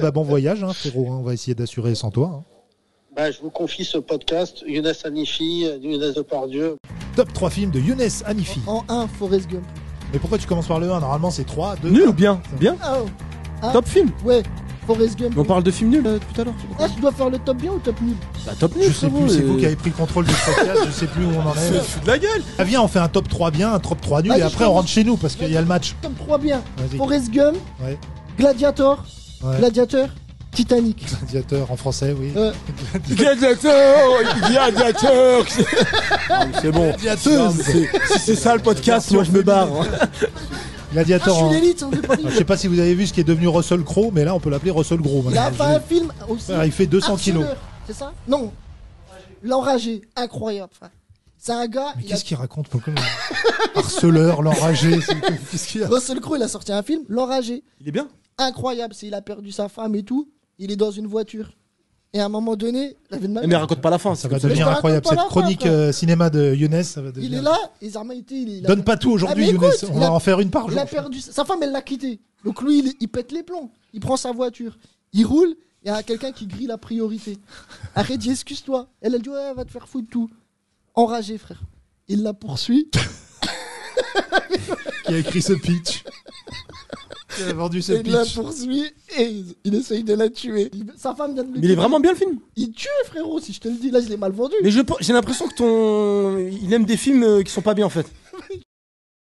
bah, bon voyage, hein, frérot. hein, on va essayer d'assurer sans toi. hein. Bah, je vous confie ce podcast, Younes Hanifi, Younes Depardieu. hein. Top 3 films de Younes Hanifi. En 1, Forrest Gump. Mais pourquoi tu commences par le 1 Normalement, c'est 3, 2. Nul ou bien Bien Ah, oh. Ah. Top film ouais, Forrest Gump. Mais on parle de film nul euh, tout à l'heure. c'est pourquoi Ah, tu dois faire le top bien ou top nul Bah, top nul, Je sais frérot, plus, c'est euh, vous qui avez pris le contrôle du podcast, je sais plus où on en Je est. me fous de la gueule Ah, viens, on fait un top 3 bien, un top 3 nul, Vas-y, et je après on commence. rentre chez nous parce qu'il y a le match. Top 3 bien. Vas-y. Forrest Gump, Ouais. Gladiator, Ouais. Gladiateur, Titanic. Gladiateur en français, oui. Euh, Gladiateur Gladiateur Non, mais C'est bon. Non, Gladiateuse mais c'est- Si c'est ça le podcast, moi je me barre. ah, je Gladiator suis en- l'élite, hein, c'est pas Alors, Je sais pas si vous avez vu ce qui est devenu Russell Crowe, mais là on peut l'appeler Russell Crowe. Il a maintenant. pas un film aussi. Ah, il fait 200 kilos. harceleur, C'est ça Non. L'enragé, incroyable. frère. C'est un gars. Mais il a- qu'est-ce qu'il raconte Pourquoi il- Harceleur, l'enragé, c'est- qu'est-ce qu'il y a Russell Crowe, il a sorti un film, L'enragé. Il est bien Incroyable. C'est il a perdu sa femme et tout. Il est dans une voiture. Et à un moment donné, la vie de ma Eh, Mais raconte pas la fin, c'est Ça va comme ça. devenir raconte incroyable. pas Cette la fin, chronique frère. euh, cinéma de Younes, ça va devenir. Il est là, et Zarma, il, était- il- il a- Donne pas tout aujourd'hui, Ah, mais Younes. écoute, on il va a- en faire une par Il jour. a perdu sa femme, elle l'a quitté. Donc lui, il, il pète les plombs. Il prend sa voiture, il roule. Il y a quelqu'un qui grille la priorité. Arrête, dis excuse-toi. Elle, elle dit ouais, va te faire foutre tout. Enragé, frère. Il la poursuit. Qui a écrit ce pitch Qui a vendu ce il la pitch poursuit et il, il essaye de la tuer. Il- sa femme vient de le Mais il est vraiment bien le film. Il tue, frérot, si je te le dis. Là, je l'ai mal vendu. Mais je pense- j'ai l'impression que ton. Il aime des films euh, qui sont pas bien en fait.